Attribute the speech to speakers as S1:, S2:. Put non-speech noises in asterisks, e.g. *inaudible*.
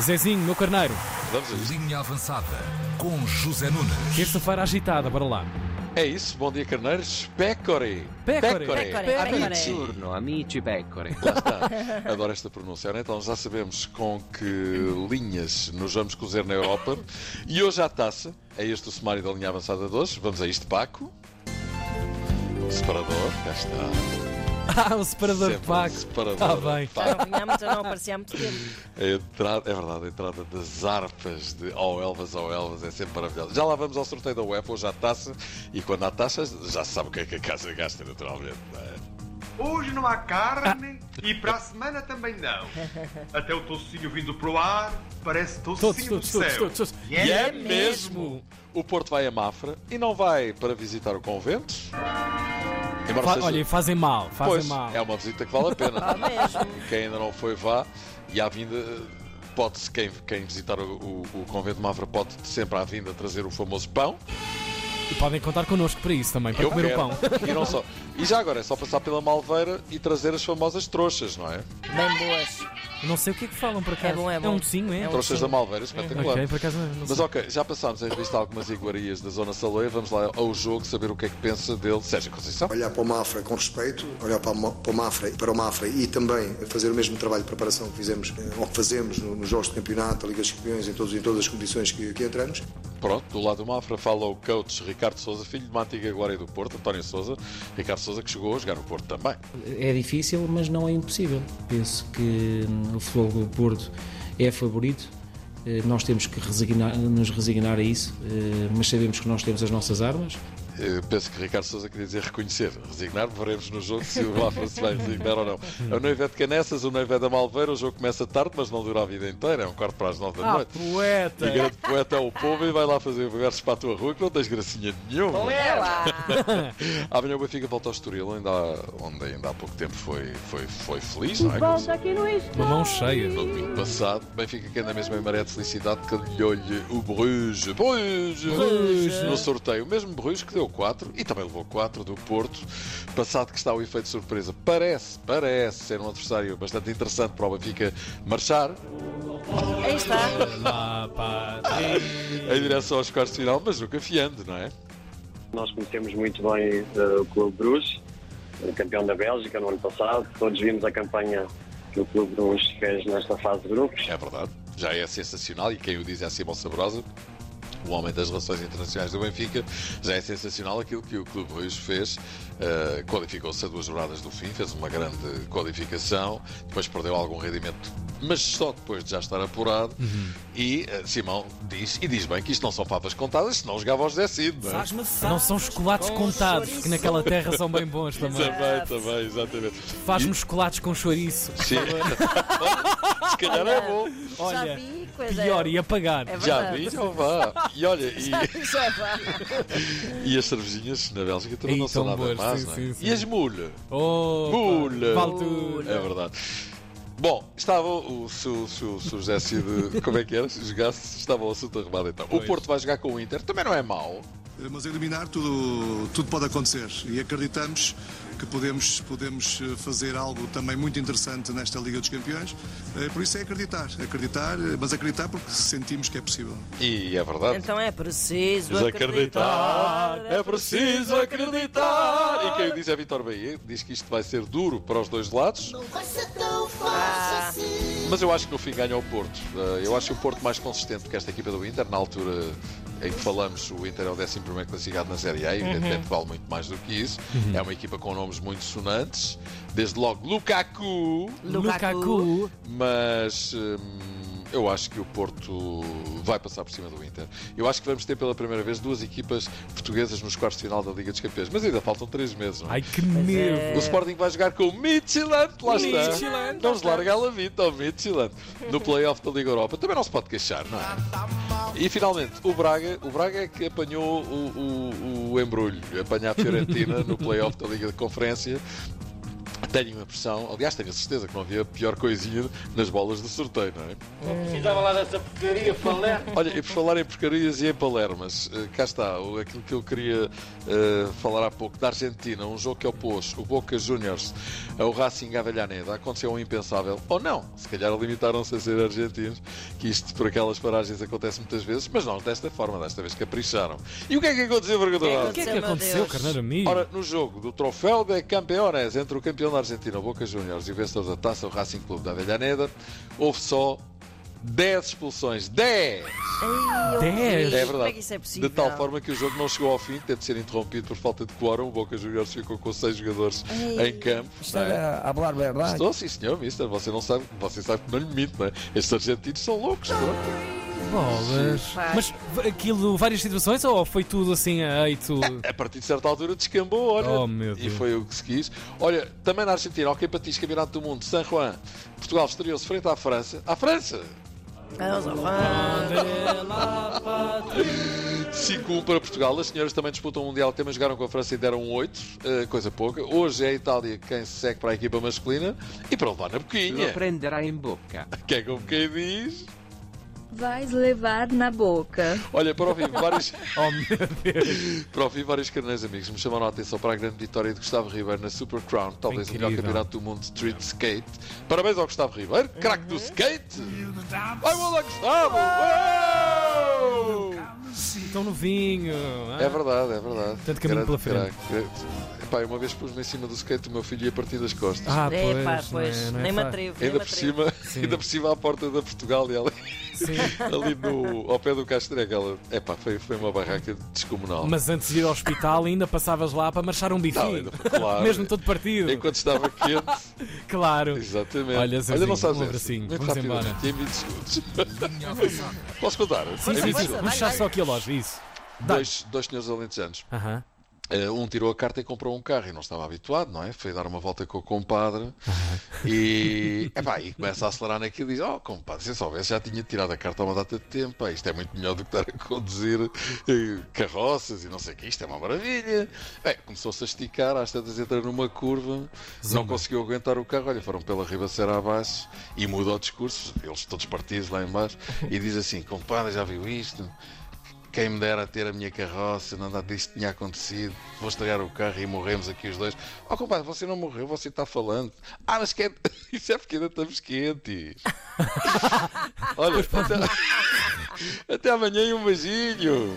S1: Zezinho, meu carneiro,
S2: Vamos a isto.
S3: Linha avançada com José Nunes.
S1: terça-feira agitada, para lá. *laughs*
S2: É isso, bom dia, carneiros. Pecore. Ah,
S1: Pecore.
S4: Pecore.
S2: Amici.
S5: Buongiorno, amici pecore.
S2: Lá está. Adoro esta pronúncia. Então já sabemos com que linhas nos vamos cozer na Europa. E hoje à taça, é este o sumário da linha avançada de hoje. Vamos a isto, Paco. Separador, cá está.
S1: Ah, o separador
S2: Sempre um
S1: Paco.
S2: separador.
S1: Está bem.
S2: Pá,
S4: Já não vinha há muito, não aparecia há muito tempo.
S2: A entrada, é verdade, a entrada das harpas de Oh Elvas, Oh Elvas é sempre maravilhosa. Já lá vamos ao sorteio da UEFA, hoje à taça. E quando há taça, já se sabe o que é que a casa gasta, naturalmente. não é?
S6: Hoje não há carne
S1: Ah.
S6: e para a semana
S1: *laughs*
S6: também não. Até o tocinho vindo pro ar parece tocinho
S1: Todos, todos,
S6: do
S1: todos,
S6: céu.
S1: todos, todos.
S2: E é mesmo! O Porto vai a Mafra e não vai para visitar o convento. Embora
S1: Fa
S2: seja-
S1: olha, fazem mal, fazem
S2: pois,
S1: mal.
S2: é uma visita que vale a
S4: *laughs*
S2: pena.
S4: Ah, mesmo.
S2: quem ainda não foi, vá. E à vinda, pode-se, quem, quem visitar o, o- o convento de Mafra pode sempre à vinda trazer o famoso pão.
S1: E podem contar connosco para isso também, para comer o pão.
S2: E não só. E já agora, é só passar pela Malveira e trazer as famosas trouxas, não é?
S4: Bem boas.
S1: Não sei o que é que falam para cá.
S4: É bom, é
S1: É
S4: bom.
S1: um docinho, é?
S4: É um
S2: Trouxas
S4: sim.
S2: da Malveira, espetacular.
S1: Ok, por acaso não- não
S2: Mas
S1: sei.
S2: ok, já passámos a revista algumas iguarias da Zona Saleia. Vamos lá ao jogo saber o que é que pensa dele Sérgio Conceição.
S7: olhar para o Mafra com respeito, olhar para, o Ma- para o Mafra, para o Mafra e também fazer o mesmo trabalho de preparação que fizemos eh, ou que fazemos no- nos jogos de campeonato, da Liga dos Campeões, em, todos, em todas as competições que, que entramos.
S2: Pronto, do lado do Mafra fala o coach Ricardo Souza, filho de uma antiga glória do Porto, António Souza. Ricardo Souza que chegou a jogar no Porto também.
S8: É difícil, mas não é impossível. Penso que hum, o Futebol do Porto é favorito. Eh, Nós temos que resignar- nos resignar a isso, eh, mas sabemos que nós temos as nossas armas.
S2: Eu Eh, penso que Ricardo Souza queria dizer reconhecer, resignar, veremos no jogo se o Mafra se vai resignar ou não. É o Noivé de Canessas, o Noivé da Malveira, o jogo começa tarde, mas não dura a vida inteira, é um quarto para as nove da
S1: Ah,
S2: noite.
S1: poeta!
S2: E grande poeta é o povo e vai lá fazer versos para a tua rua que não tens gracinha nenhuma.
S4: É lá.
S2: Amanhã o Benfica volta ao Estoril, ainda há- onde ainda há pouco tempo foi, foi, foi feliz, não é? Volta aqui
S1: Uma mão cheia.
S2: no domingo passado. Benfica que anda mesmo em maré de felicidade, calhou-lhe o Bruges. Bruges!
S1: Bruges.
S2: No sorteio, o mesmo Bruges que deu 4 e também levou 4 do Porto. Passado que está o efeito surpresa. Parece, parece ser um adversário bastante interessante para o Benfica marchar
S4: Aí está.
S1: Lá, pá, tem-
S2: em direção aos quartos de final, mas nunca fiando, não é?
S9: Nós conhecemos muito bem eh, o Clube Bruges, eh, campeão da Bélgica no ano passado. Todos vimos a campanha que o Clube Bruges fez nesta fase de grupos.
S2: É verdade, já é sensacional e quem o diz é Simão Sabrosa. O homem das relações internacionais do Benfica já é sensacional aquilo que o Clube Ruiz fez. eh, Qualificou-se a duas jornadas do fim, fez uma grande qualificação, depois perdeu algum rendimento, mas só depois de já estar apurado. E eh, Simão diz, e diz bem, que isto não são papas contadas, senão jogava aos Zé Cid. não é?
S1: Não são chocolates contados, que naquela terra são bem bons também.
S2: Também, também, exatamente.
S1: Faz-me chocolates com chouriço.
S2: Sim. *laughs* Se calhar é bom.
S4: Já
S1: Olha,
S4: vi, coisa.
S1: pior e apagar.
S4: É
S2: Já
S4: verdade.
S2: vi, já vá. E olha, e.
S4: *laughs* Já vá.
S2: E as cervejinhas na Bélgica também
S1: Ei,
S2: não são
S1: tão
S2: nada
S1: boas,
S2: más,
S1: Então, sim,
S2: não é?
S1: sim, sim.
S2: E as mulhas?
S1: Oh,
S2: Mula.
S1: Vale tudo.
S2: É verdade. Bom, estava o, se, o- se, o- se o José Cid, como é que era, se jogasse, estava o assunto arrumado então. O Porto vai jogar com o Inter, também não é mau.
S10: Mas eliminar tudo, tudo pode acontecer e acreditamos que podemos, podemos eh, fazer algo também muito interessante nesta Liga dos Campeões. Eh, Por isso é acreditar, acreditar, eh, mas acreditar porque sentimos que é possível.
S2: E é verdade.
S4: Então é preciso
S2: Desacreditar,
S4: acreditar.
S2: é preciso acreditar. E quem o diz é Vitor Bahia, diz que isto vai ser duro para os dois lados.
S4: Ah,
S2: Mas eu acho que no fim ganha o Porto. Eh, Eu acho o Porto mais consistente do que esta equipa do Inter. Na altura em que falamos, o Inter é o 11 classificado na Série A, evidentemente vale muito mais do que isso. É uma equipa com nomes muito sonantes. Desde logo Lukaku,
S4: Lukaku.
S1: Lukaku.
S2: mas hum, eu acho que o Porto vai passar por cima do Inter. Eu acho que vamos ter pela primeira vez duas equipas portuguesas nos quartos de final da Liga dos Campeões, mas ainda faltam três meses. Não é?
S1: Ai, que nervo.
S2: O Sporting vai jogar com o Midtjylland, lá está.
S1: Midtjylland,
S2: Vamos largar a vida ao Midtjylland no playoff da Liga Europa. Também não se pode queixar, não é? E finalmente, o Braga, o Braga é que apanhou o, o, o embrulho, apanha a Fiorentina no playoff da Liga de Conferência. Tenho a impressão, aliás, tenho a certeza que não havia pior coisinha nas bolas do sorteio, não é?
S5: Não precisava lá dessa porcaria, falé.
S2: Olha, e por falar em porcarias e em palermas, eh, cá está, o- aquilo que eu queria eh, falar há pouco, da Argentina, um jogo que opôs o Boca Juniors ao Racing Avellaneda, aconteceu um impensável, ou não, se calhar limitaram-se a ser argentinos, que isto por aquelas paragens acontece muitas vezes, mas não desta forma, desta vez capricharam. E o que é que aconteceu, Vergador?
S1: O que é que aconteceu, carneiro amigo?
S2: Ora, no jogo do Troféu de Campeones entre o campeão da Argentina, o Boca Juniors, e o vencedor da taça, o Racing Clube da Avellaneda, houve só 10 expulsões. 10!
S1: Dez?
S2: É
S4: Como é que
S2: verdade.
S4: isso é possível?
S2: de tal forma que o jogo não chegou ao fim, teve de ser interrompido por falta de quórum. O Boca Juniors ficou com 6 jogadores
S4: Ei. é
S2: em campo. é?
S11: Está a falar verdade.
S2: Estou sim, senhor, mister. Você não sabe, você sabe que não lhe minto, não é? Estes argentinos são loucos, é? pronto.
S1: Bolas.
S4: Vai.
S1: Mas v- aquilo, várias situações ou foi tudo assim a
S4: *laughs*
S1: eito?
S2: A partir de certa altura descambou, olha.
S1: Oh, meu Deus.
S2: E foi o que se quis. Olha, também na Argentina, é ok, Patins, Campeonato do Mundo, San Juan. Portugal estreou-se frente à França. À França!
S4: Ah, os afãs.
S2: 5-1 para Portugal. As senhoras também disputam o Mundial, também jogaram com a França e deram um 8, eh, coisa pouca. Hoje é a Itália quem se segue para a equipa masculina e para levar na boquinha.
S5: Prenderá em boca.
S2: Que é como quem diz.
S12: Vais levar na boca.
S2: Olha, para ouvir vários,
S1: *laughs* Oh, meu Deus.
S2: para ouvir vários carneiros amigos, me chamaram a atenção para a grande vitória de Gustavo Ribeiro na Super Crown, talvez o melhor
S1: Incrível.
S2: campeonato do mundo de street skate. Parabéns ao Gustavo Ribeiro, craque do skate! Vai, bola, Gustavo!
S1: Uhum.
S2: Uou!
S1: Tão novinho. ah?
S2: É verdade, é verdade.
S1: Tanto caminho pela frente.
S2: craque. Epá, eu uma vez pus-me em cima do skate do meu filho e a partir das costas.
S1: Ah, pois,
S4: É pá, pois.
S1: não é, não é
S4: Nem me
S1: fácil.
S4: atrevo. nem
S2: Ainda
S4: me
S2: por,
S4: atrevo.
S2: cima,
S1: Sim.
S2: ainda por cima à porta da Portugal e ali, *laughs*
S1: Sim.
S2: ali no, ao pé do Castro aquela. Epá, foi, foi uma barraca descomunal.
S1: Mas antes de ir ao hospital ainda passavas lá para marchar um bife.
S2: Não, ainda foi claro.
S1: Mesmo todo partido.
S2: Enquanto estava quente,
S1: Claro.
S2: *laughs* exatamente.
S1: Olha, Zezinho,
S2: não sabes
S1: um
S2: essa.
S1: abracinho.
S2: Muito
S1: Vamos
S2: rápido,
S1: embora.
S2: Tinha 20 segundos. Posso contar?
S1: Sim,
S2: Em
S1: sim,
S2: 20
S1: sim.
S2: segundos.
S1: Vamos fechar só aqui a loja, isso.
S2: Dois, dois senhores alentejanos.
S1: Aham.
S2: Eh, um tirou a carta e comprou um carro e não estava habituado, não é? Foi dar uma volta com o compadre e, epá, e começa a acelerar naquilo e diz: Oh, compadre, se eu soubesse, já tinha tirado a carta há uma data de tempo. Pá, isto é muito melhor do que estar a conduzir eh, carroças e não sei o que. Isto é uma maravilha. Bem, começou-se a esticar, às tantas entra numa curva, não conseguiu aguentar o carro. Olha, foram pela ribaceira abaixo e muda o discurso. Eles todos partidos lá embaixo e diz assim: Compadre, já viu isto? Quem me dera ter a minha carroça, nada disto tinha acontecido. Vou estragar o carro e morremos aqui os dois. Oh, compadre, você não morreu, você está falando. Ah, mas quente. Isso é *laughs* porque ainda estamos quentes. *laughs* Olha, até, até amanhã e um beijinho.